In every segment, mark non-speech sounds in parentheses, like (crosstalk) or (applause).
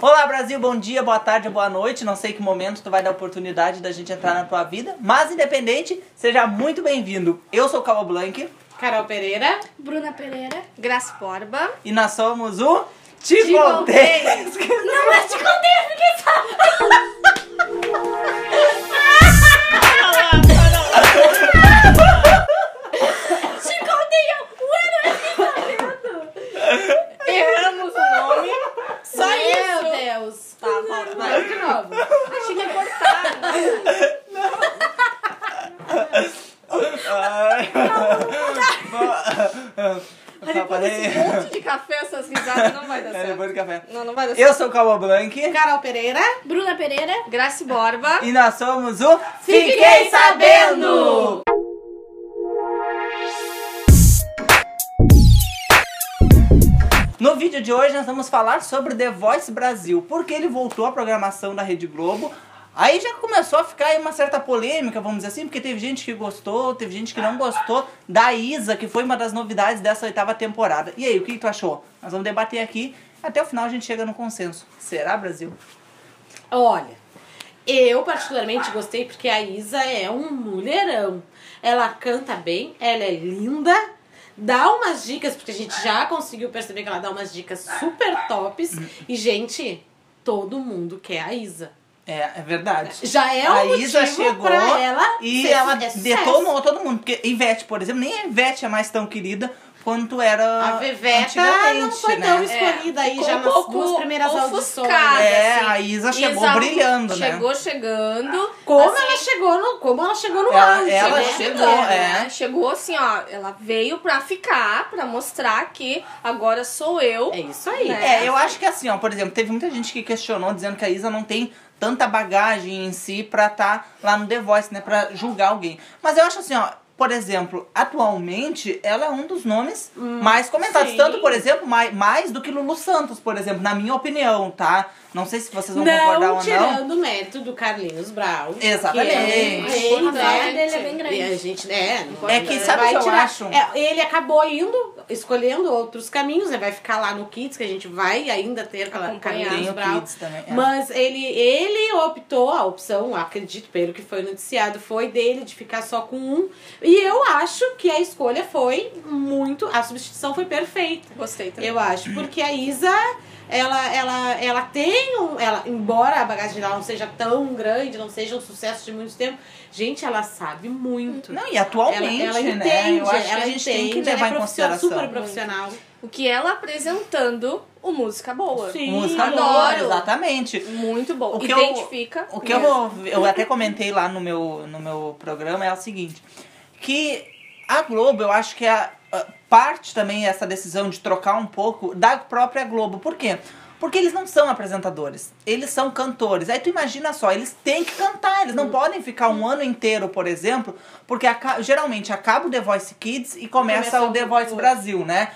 Olá Brasil, bom dia, boa tarde, boa noite. Não sei que momento tu vai dar oportunidade da gente entrar na tua vida, mas independente, seja muito bem-vindo. Eu sou o Cabo Blank Carol Pereira. Bruna Pereira. Graça Borba. e nós somos o Tipo Te Te Tipo Contei. Não, mas te contei, ninguém sabe. Te contei, eu. Erramos o nome. Só Meu isso. Deus. Tá, volta, vai de novo. Tinha cortado. Mas depois desse Um monte de café, essas risadas não vai (laughs) dar É, certo. depois do café. Não, não vai dar certo. Eu sou o Cabo Blank Carol Pereira. Bruna Pereira. Graça Borba. e nós somos o Fiquei Sabendo! No vídeo de hoje nós vamos falar sobre The Voice Brasil, porque ele voltou à programação da Rede Globo. Aí já começou a ficar aí uma certa polêmica, vamos dizer assim, porque teve gente que gostou, teve gente que não gostou da Isa, que foi uma das novidades dessa oitava temporada. E aí, o que, que tu achou? Nós vamos debater aqui, até o final a gente chega no consenso. Será, Brasil? Olha, eu particularmente gostei porque a Isa é um mulherão. Ela canta bem, ela é linda, dá umas dicas, porque a gente já conseguiu perceber que ela dá umas dicas super tops. E, gente, todo mundo quer a Isa. É, é verdade. Já é um a motivo Isa chegou pra ela e ser ela sucesso. detonou todo mundo. Porque Ivete, por exemplo, nem a Ivete é mais tão querida quanto era A Veveta antigamente, não foi né? tão escolhida aí, ficou já um nas pouco duas primeiras audições. ofuscada, né? É, assim. a Isa chegou Isa brilhando, né? Chegou chegando. Como assim, ela chegou no, como ela chegou no Ela- auge, ela né? chegou, né? é. Chegou assim, ó. Ela veio pra ficar, pra mostrar que agora sou eu. É isso aí. Né? É, eu acho que assim, ó, por exemplo, teve muita gente que questionou dizendo que a Isa não tem tanta bagagem em si pra estar lá no The Voice, né, pra julgar alguém. Mas eu acho assim, ó, por exemplo, atualmente ela é um dos nomes Hum, mais comentados, sim. tanto, por exemplo, mais, mais do que Lulu Santos, por exemplo, na minha opinião, tá? Não sei se vocês vão concordar Não ou não. tirando o mérito do Carlinhos Brown. Exatamente. Que é um rei, A né? vaga dele é bem grande. E a gente, é, não É que sabe o vai que eu tirar. acho? É, ele acabou indo, escolhendo outros caminhos, né? Vai ficar lá no Kids, que a gente vai ainda ter Car- Acompanhar. Tem Carlinhos o Brown. Kids também. é. Mas ele, ele optou, a opção, acredito pelo que foi noticiado, foi dele de ficar só com um. E eu acho que a escolha foi muito. A substituição foi perfeita. Gostei também. Eu acho, porque a Isa, ela, ela, ela tem um. Ela, embora a bagagem dela não seja tão grande, não seja um sucesso de muito tempo, gente, ela sabe muito. Não, e atualmente, ela, ela né? entende, eu acho que ela a gente entende, tem que levar ela é em profissional- consideração. super profissional. O que ela apresentando o Música Boa. Sim, Música adoro. boa, exatamente. Muito bom. O que eu- Identifica. O que eu, vou- eu até comentei lá no meu, no meu programa é o seguinte: que a Globo, eu acho que é a, a parte também essa decisão de trocar um pouco da própria Globo. Por quê? Porque eles não são apresentadores, eles são cantores. Aí tu imagina só, eles têm que cantar, eles não podem ficar um ano inteiro, por exemplo, porque aca- geralmente acaba o The Voice Kids e começa, Começa o The o- Voice Brasil, né?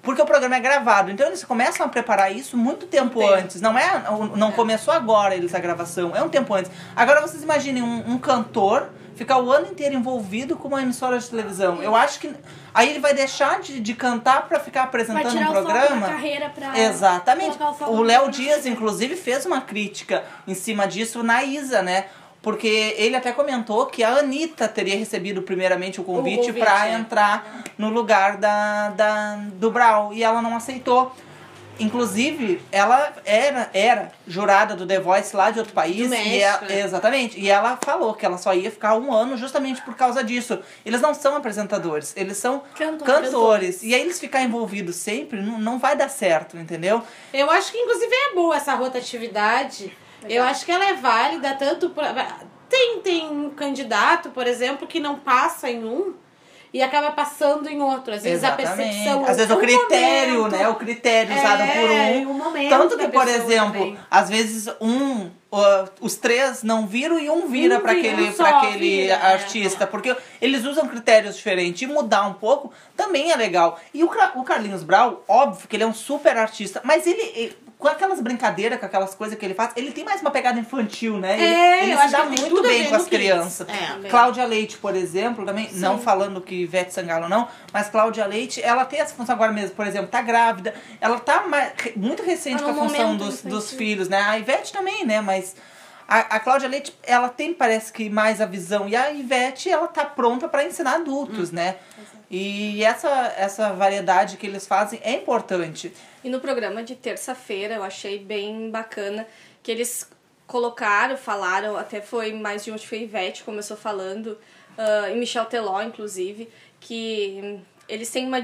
Porque o programa é gravado, então eles começam a preparar isso muito tempo Tem. antes. Não é, não começou agora eles a gravação, é um tempo antes. Agora vocês imaginem um, um cantor ficar o ano inteiro envolvido com uma emissora de televisão. Eu acho que aí ele vai deixar de, de cantar pra ficar Vai apresentando tirar um o foco da programa. carreira pra... Exatamente. colocar o foco O no Léo programa. Dias, inclusive, fez uma crítica em cima disso na Isa, né? Porque ele até comentou que a Anitta teria recebido primeiramente o convite, convite, pra né? entrar no lugar da, da, do Brau e ela não aceitou. Inclusive, ela era, era jurada do The Voice lá de outro país. México, e ela- né? Exatamente. E ela falou que ela só ia ficar um ano justamente por causa disso. Eles não são apresentadores, eles são Cantora. cantores. E aí eles ficar envolvidos sempre não, não vai dar certo, entendeu? Eu acho que, inclusive, é boa essa rotatividade. Eu acho que ela é válida tanto pra... Tem, tem um candidato, por exemplo, que não passa em um e acaba passando em outro. Às vezes a percepção... Às vezes o um critério, momento- né? O critério usado É, por um. e o momento Tanto da que, por pessoa exemplo, também. às vezes um, ó, os três não viram e um vira Um pra vira, aquele, um pra só aquele vira, é. artista, porque eles usam critérios diferentes e mudar um pouco também é legal. E o, Cra- o Carlinhos Brau, óbvio que ele é um super artista, mas ele, ele- com aquelas brincadeiras, com aquelas coisas que ele faz, ele tem mais uma pegada infantil, né? Ele, É, ele eu se acho dá que tem muito tudo a bem ver com no as Kids. crianças. É. Cláudia Leite, por exemplo, também, não falando que Ivete Sangalo não, mas Cláudia Leite, ela tem essa função agora mesmo, por exemplo, tá grávida, ela tá mais- re- muito recente Tá com a no função momento dos, dos infantil. filhos, né? A Ivete também, né? Mas a, a Cláudia Leite, ela tem, parece que, mais a visão. E a Ivete, ela tá pronta pra ensinar adultos, Hum. né? E essa, essa variedade que eles fazem é importante. E no programa de terça-feira eu achei bem bacana que eles colocaram, falaram, até foi mais de onde foi a Ivete começou falando, ah, e Michel Teló, inclusive, que hum, eles têm uma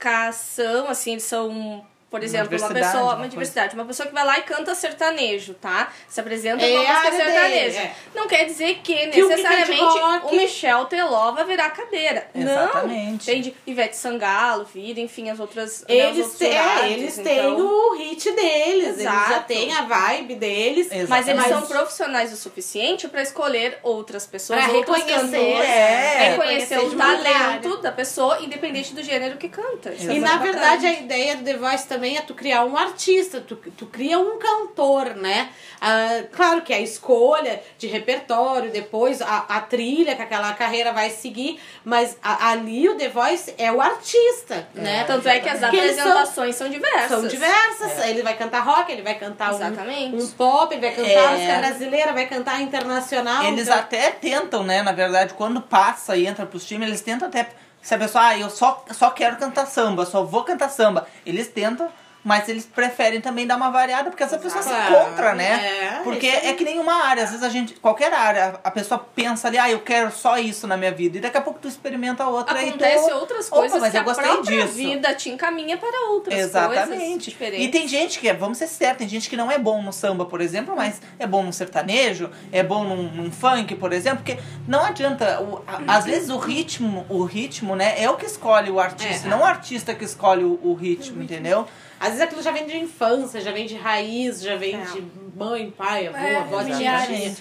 diversificação, assim, eles são. Por exemplo, uma, diversidade, pessoa, uma uma, coisa. diversidade, uma pessoa que vai lá e canta sertanejo, tá? Se apresenta É com a uma música área dele, sertaneja. é. Não quer dizer que, Que o que cante necessariamente rock. o Michel Teló vai virar cadeira. Exatamente. Não, entende? Ivete Sangalo, vira, enfim, as outras né, os Eles, outros te- é, horários, eles então. têm um- o hit deles, eles já Exato. têm a vibe deles. Exato. Mas eles Mas- são profissionais o suficiente pra escolher outras pessoas, Pra outros reconhecer, cantores, é. reconhecer Reconhecer de um o verdade. talento da pessoa, independente do gênero que canta. Isso é E Exatamente. na muito verdade a bacana. ideia do The Voice também é tu criar um artista, tu, tu cria um cantor, né? Ah, claro que a escolha de repertório, depois a, a trilha que aquela carreira vai seguir, mas a- ali o The Voice é o artista, né? tanto é que as Porque eles são- apresentações são, diversas. São diversas, ele vai cantar rock, ele vai cantar um, Exatamente. um pop, ele vai cantar É. música brasileira, vai cantar internacional. Eles então- até tentam, né? Na verdade, quando passa e entra pros times, eles tentam até. Se a pessoa, ah, eu só, só quero cantar samba, só vou cantar samba. Eles tentam, mas eles preferem também dar uma variada, porque essa pessoa se Claro, encontra, né? é, porque é que nem uma área, às vezes a gente. Qualquer área, a pessoa pensa ali, ah, eu quero só isso na minha vida. E daqui a pouco tu experimenta outra e Acontece tu... outras Opa, coisas mas que eu a gostei própria disso. vida te encaminha para outras coisas Exatamente. diferentes. E tem gente que, é- vamos ser sérios, tem gente que não é bom no samba, por exemplo, mas é bom no sertanejo, é bom num, num funk, por exemplo, porque não adianta. o- a- às vezes o ritmo, o ritmo, né, é o que escolhe o artista, É. não o artista que escolhe o, o ritmo, entendeu? Às vezes aquilo já vem de infância, já vem de raiz, já vem de mãe, pai, avô, É, avó, tia, familiares. tia.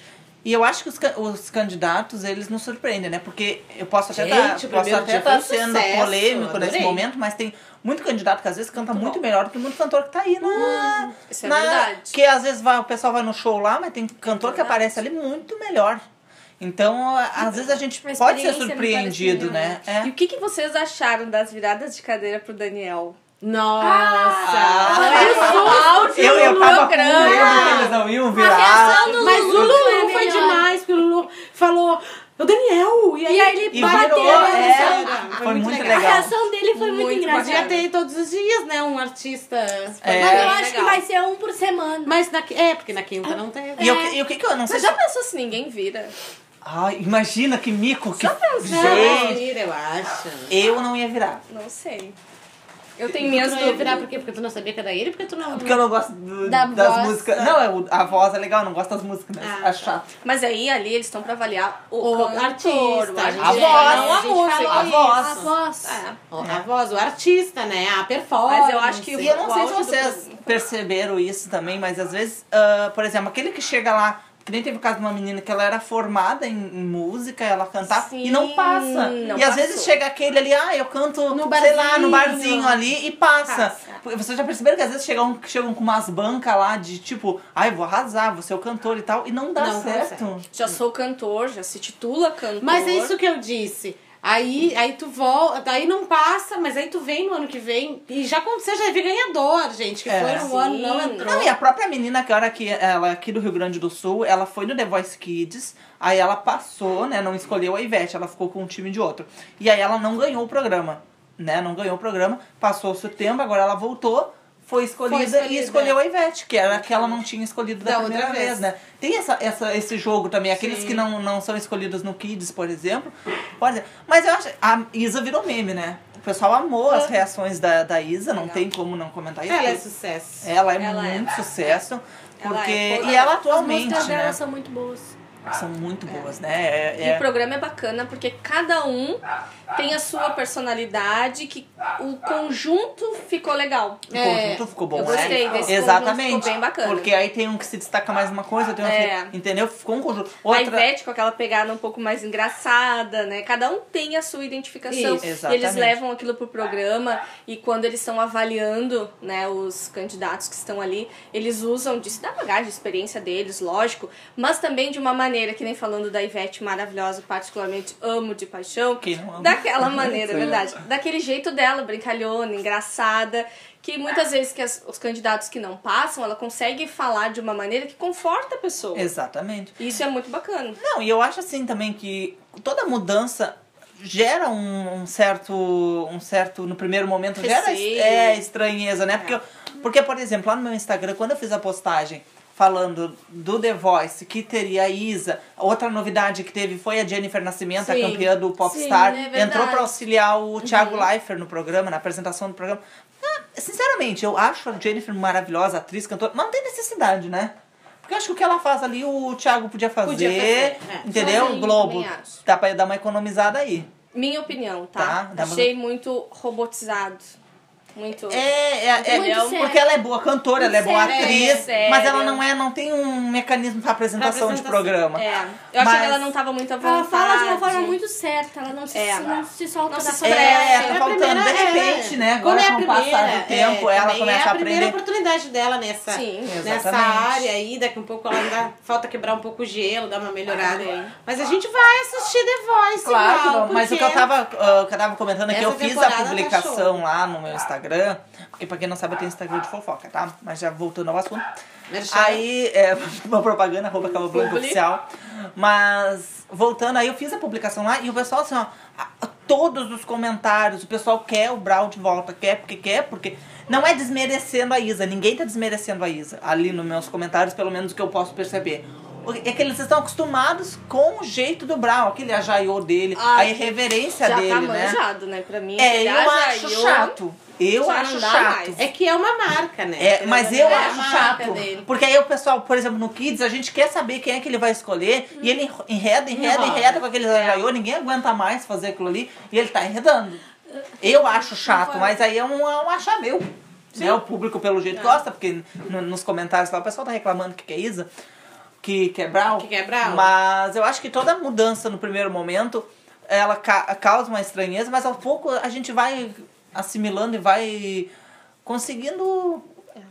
E eu acho que os, ca- os candidatos, eles nos surpreendem, né? Porque eu posso até Gente, tá- o posso primeiro até dia estar foi um sendo sucesso, polêmico adorei. nesse momento, mas tem muito candidato que às vezes canta muito, melhor do que muito cantor que tá aí na, Isso é Na- verdade. Que às vezes vai, o pessoal vai no show lá, mas tem cantor que Verdade. aparece ali muito melhor. Então, a- às vezes a gente Uma pode ser experiência me surpreendido, parece né? melhor. É. E o que, que vocês acharam das viradas de cadeira pro Daniel? Ah, é Nossa! Ah, Ah, Eu, eu tava com um programa. medo que eles não iam virar. reação do Mas o Lulu Ah, Lulu é foi melhor. demais, porque o Lulu falou, o Daniel! E aí, né? E aí ele E bateu. virou, a é. reação. Foi muito A Legal. reação dele foi muito, Muito engraçada. Podia ter todos os dias, né? Um artista. É. Mas eu Bem acho legal. que vai ser um por semana. Mas na, é, porque na quinta não teve. E, eu, e o que que eu não sei Você se... já pensou se ninguém vira? Ai, imagina que mico. Que... Não, Gente, mentira, eu acho. eu não ia virar. Não sei. Eu tenho Tu minhas não ia virar dúvidas. por quê? Porque tu não sabia que era ele? Porque tu não... Porque eu não gosto do- Da das voz. músicas. Não, é o- a voz é legal, eu não gosto das músicas, mas Ah, acho chato. Mas aí ali eles estão pra avaliar o, O cantor, artista, o artista, a voz. não a A gente música. A A voz. voz. É. Ó, A voz, o artista, né? A performance. Mas eu acho que E eu não sei O se áudio do vocês programa. perceberam isso também, mas às vezes, ah, por exemplo, aquele que chega lá, que nem teve o caso de uma menina que ela era formada em, em música, ela cantava e não Sim, passa. não e às vezes passou. chega aquele ali, ah, eu canto, No sei lá, no barzinho. barzinho ali e passa. Passa. Porque Vocês já perceberam que às vezes chegam, chegam com umas bancas lá de tipo, ah, eu vou arrasar, vou ser o cantor e tal, e não dá Não certo. Já sou cantor, já se titula cantor. Mas é isso que eu disse. Aí, aí tu volta, aí não passa, mas aí tu vem no ano que vem e já aconteceu, já vi ganhador, gente, que É. foi um ano, Sim. não entrou. Não, e a própria menina, que hora que ela aqui do Rio Grande do Sul, ela foi no The Voice Kids, aí ela passou, né? Não escolheu a Ivete, ela ficou com um time de outro. E aí ela não ganhou o programa, né? Não ganhou o programa, passou-se o tempo, agora ela voltou, foi escolhida, Foi escolhida. é. e escolheu a Ivete, que era a que ela não tinha escolhido da, Da outra primeira vez. vez. né? Tem essa, essa, esse jogo também, aqueles Sim. que não, não são escolhidos no Kids, por exemplo. Pode ser. Mas eu acho. A Isa virou meme, né? O pessoal amou as reações da, da Isa, não tem como não comentar isso. Ela é porque- sucesso. ela é Ela é. muito sucesso. Ela Porque. é toda- e ela As atualmente, músicas dela né? são muito boas. São muito boas, né? É- E é- o programa é bacana porque cada um tem a sua personalidade que o conjunto ficou legal. O Um conjunto ficou bom, é, eu gostei né? desse conjunto, Exatamente. ficou bem bacana. Porque aí tem um que se destaca mais uma coisa, tem um É. que, entendeu? Ficou um conjunto. A Outra, Ivete com aquela pegada um pouco mais engraçada, né? Cada um tem a sua identificação. Isso, e eles exatamente. levam aquilo pro programa e quando eles estão avaliando, né, os candidatos que estão ali, eles usam disso da bagagem, de experiência deles, lógico, mas também de uma maneira que nem falando da Ivete maravilhosa, particularmente amo de paixão. Quem não ama? Daquela maneira, é Sim. verdade. Daquele jeito dela, brincalhona, engraçada, que muitas vezes que as- os candidatos que não passam, ela consegue falar de uma maneira que conforta a pessoa. um- Exatamente. Isso é muito bacana. Não, e eu acho assim também que toda mudança gera um, um certo um certo no primeiro momento gera es- Receio. é estranheza né porque eu- porque por exemplo lá no meu Instagram quando eu fiz a postagem falando do The Voice que teria a Isa outra novidade que teve foi a Jennifer Nascimento a Sim. campeã do Popstar é verdade. entrou pra auxiliar o Thiago Leifert no programa na apresentação do programa Ah, sinceramente eu acho a Jennifer maravilhosa atriz cantora mas não tem necessidade né porque eu acho que o que ela faz ali o Thiago podia fazer, Podia fazer, é. entendeu Sozinho, Globo também acho. dá pra dar uma economizada aí Minha opinião, tá? Tá, dá pra- Achei muito robotizado. Muito. É, é, é, Muito porque sério. ela é boa cantora, ela é boa sério, atriz, é, mas ela sério. não é, não tem um mecanismo pra apresentação, Pra de programa. É. Eu achei Mas- que ela não tava muito à vontade. Ela fala de uma forma muito certa, ela não se, É. não se solta Não se da É, expressa. conversa. tá a faltando, de primeira, é. repente, né? Agora Como é a com o passar do primeira, tempo, é, ela também começa é a a primeira aprender. oportunidade dela nessa, Sim, nessa exatamente. área aí. Daqui um pouco ela ainda falta quebrar um pouco o gelo, dar uma melhorada. Mas a gente vai assistir The Voice, Claro, igual, não, mas o que porque- eu tava, ah, o que eu tava comentando é que Essa eu fiz a temporada tá publicação show. lá no meu Instagram, porque pra quem não sabe, eu tenho Instagram de fofoca, tá? Mas já voltando ao assunto. Merchan. Aí, é, (laughs) uma propaganda, arroba Cabo Blanco Publi. Oficial. Mas, voltando, aí eu fiz a publicação lá e o pessoal, assim, ó, a- todos os comentários, o pessoal quer o Brau de volta, quer porque quer, porque. Não é desmerecendo a Isa, ninguém tá desmerecendo a Isa. Ali nos meus comentários, pelo menos o que eu posso perceber. O- É que eles estão acostumados com o jeito do Brau, aquele ajaiô dele, a Ai, irreverência Ah, Já dele, tá né? manjado, né? Pra mim, É, já eu acho já- chato. Eu já não acho dá chato. mais. É que é uma marca, né? É, mas eu É, a acho marca chato. dele. Porque aí o pessoal, por exemplo, no Kids, a gente quer saber quem é que ele vai escolher. E ele enro- enreda, enreda, Enrola. enreda com aqueles É. arraiô. Ninguém aguenta mais fazer aquilo ali. E ele tá enredando. Eu acho chato, mas aí é um, é um achar meu. Né? O público, pelo É. jeito, gosta. Porque no- nos comentários lá, o pessoal tá reclamando que é Isa. Que, que é Brau. Que é Brau. Mas eu acho que toda mudança no primeiro momento, ela ca- causa uma estranheza. Mas ao pouco a gente vai assimilando e vai conseguindo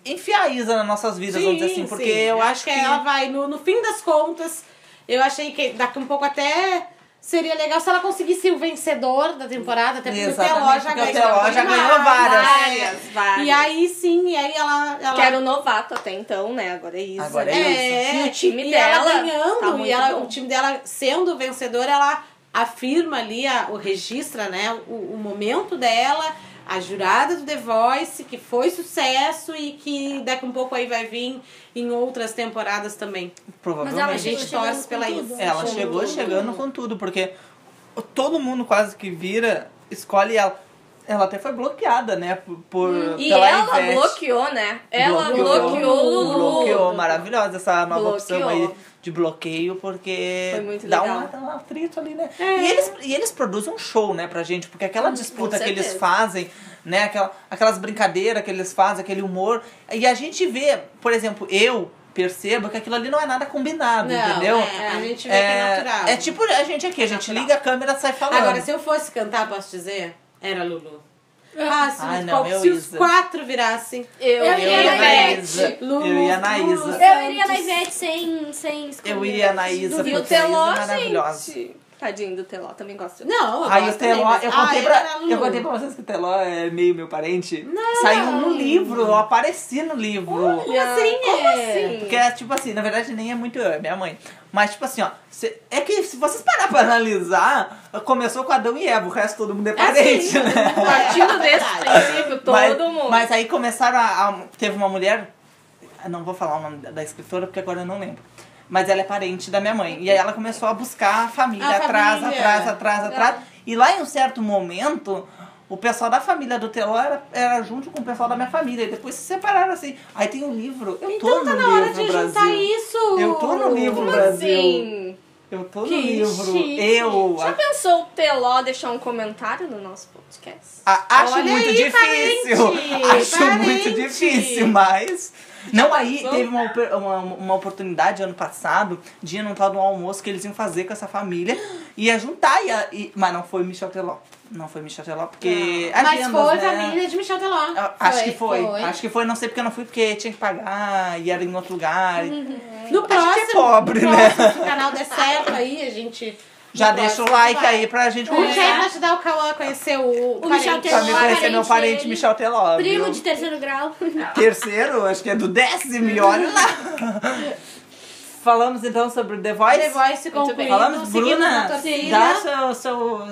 enfiar a Isa nas nossas vidas, vamos dizer assim. Porque é. sim. É eu acho que... ela vai, no, no fim das contas, eu achei que daqui um pouco até seria legal se ela conseguisse o vencedor da temporada, até porque o Exatamente, Teló já porque o ganhou. Teló já várias, ganhou várias. Várias, várias. E aí sim, e aí ela. ela Que era o novato até então, né? Agora é isso. Agora é né? isso. E o time e dela ela tá ganhando, muito e ela, bom. o time dela sendo vencedora, ela afirma ali, a- o registra, né, o, o momento dela, a jurada do The Voice, que foi sucesso e que daqui um pouco aí vai vir em outras temporadas também. Provavelmente. Mas ela A gente chegou torce chegando pela com Isa. tudo. Ela chegou chegando com tudo, porque todo mundo quase que vira, escolhe ela. Ela até foi bloqueada, né? por- Por, E pela ela Ivete. bloqueou, né? Ela bloqueou o Lulu. Bloqueou, maravilhosa essa nova Bloqueou. opção aí de bloqueio, porque Foi muito dá, legal. É. uma- dá um atrito ali, né? E, eles, e eles produzem um show, né, pra gente, porque aquela disputa que eles certeza. fazem, né, aquela, aquelas brincadeiras que eles fazem, aquele humor, e a gente vê, por exemplo, eu percebo que aquilo ali não é nada combinado, Não, entendeu? é, a gente vê que é natural. é tipo a gente aqui, a gente liga a câmera e sai falando. Agora, se eu fosse cantar, posso dizer? Era Lulu. Ah, se, Ai, os, não, qual- eu se os Isa. quatro virassem. Eu, Eu eu iria ia na na Ivete. Isa. Lu- Eu ia na Lu- Isa. Eu iria na Ivete sem, sem esconder. Eu iria na Isa, E porque a o Isa é Teló, maravilhosa. É. gente. Tadinho do Teló, também gosto. Não, eu Aí gosto o Teló, também, eu mas- contei, Ah, é pra, era Lulu. eu contei pra vocês que o Teló é meio meu parente. Saiu no livro, eu apareci no livro. Como assim? Como assim? Porque é tipo assim, na verdade nem é muito eu, é minha mãe. Mas tipo assim, ó, cê- é que se vocês parar pra analisar, começou com Adão e Eva, o resto todo mundo é parente, né? Partindo desse princípio, todo mas, mundo. mas aí começaram a, a- Teve uma mulher. eu Não vou falar o nome da- da escritora porque agora eu não lembro. Mas ela é parente da minha mãe. E aí ela começou a buscar a família, A atrás, família. Tá. atrás, atrás, atrás. E lá em um certo momento. O pessoal da família do Teló era, era junto com o pessoal da minha família. E depois se separaram assim. Aí tem o livro. Eu tô Então no tá na livro, hora de Brasil. juntar isso. Eu tô tá no livro, Como Brasil. assim? Eu tô no Que livro. chique. Eu. Já pensou o Teló deixar um comentário no nosso podcast? A- acho Olha muito aí, difícil. parente, acho parente. Tá muito difícil, mas. Não, aí pensou? teve uma, oper- uma, uma oportunidade ano passado de ir num tal de um almoço que eles iam fazer com essa (gasps) família. Ia juntar, ia, e- mas não foi Michel Teló. Não foi Michel Teló, porque. Mas agendas, foi né? família de Michel Teló. Eu Acho que foi. Acho que foi, não sei porque eu não fui, porque tinha que pagar e era em outro lugar. No que é próximo, pobre, no né? próximo, se o canal der certo aí, a gente... Já no deixa o próximo like vai. aí pra gente Um dia conversar. pra ajudar o Cauã a conhecer o, O Michel parente. Pra me conhecer meu Teló, parente parente dele. Michel Teló. Primo viu? de terceiro grau. Terceiro, acho que é do décimo, e olha lá. Falamos então sobre The Voice. The Voice Muito concluído, bem. Falamos, seguimos Bruna, na torcida. dá seu, seu,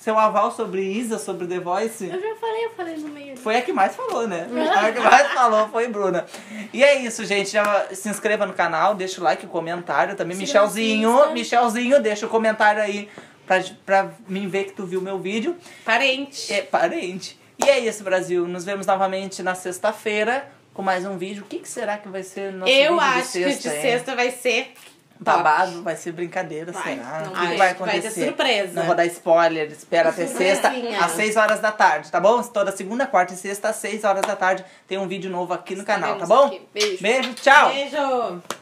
seu aval sobre Isa, sobre The Voice. Eu já falei, eu falei no meio. Foi a que mais falou, né? A que mais falou foi Bruna. E é isso, gente. Já se inscreva no canal, deixa o like, comentário também. Siga no Michelzinho, Insta. Michelzinho, deixa o comentário aí pra, pra mim ver que tu viu meu vídeo. Parente. É parente. E é isso, Brasil. Nos vemos novamente na sexta-feira com mais um vídeo. O que, que será que vai ser no nosso vídeo Eu É, de acho que o de sexta, hein? sexta vai ser... Babado, vai ser brincadeira, Vai, será? não O que que sei. vai Vai ter acontecer? surpresa. Não vou dar spoiler, espera até sexta, Surpresinha. às 6 horas da tarde, tá bom? Toda segunda, quarta e sexta, às 6 horas da tarde, tem um vídeo novo aqui no canal, tá Estaremos bom? aqui. Beijo. Beijo, tchau! Beijo.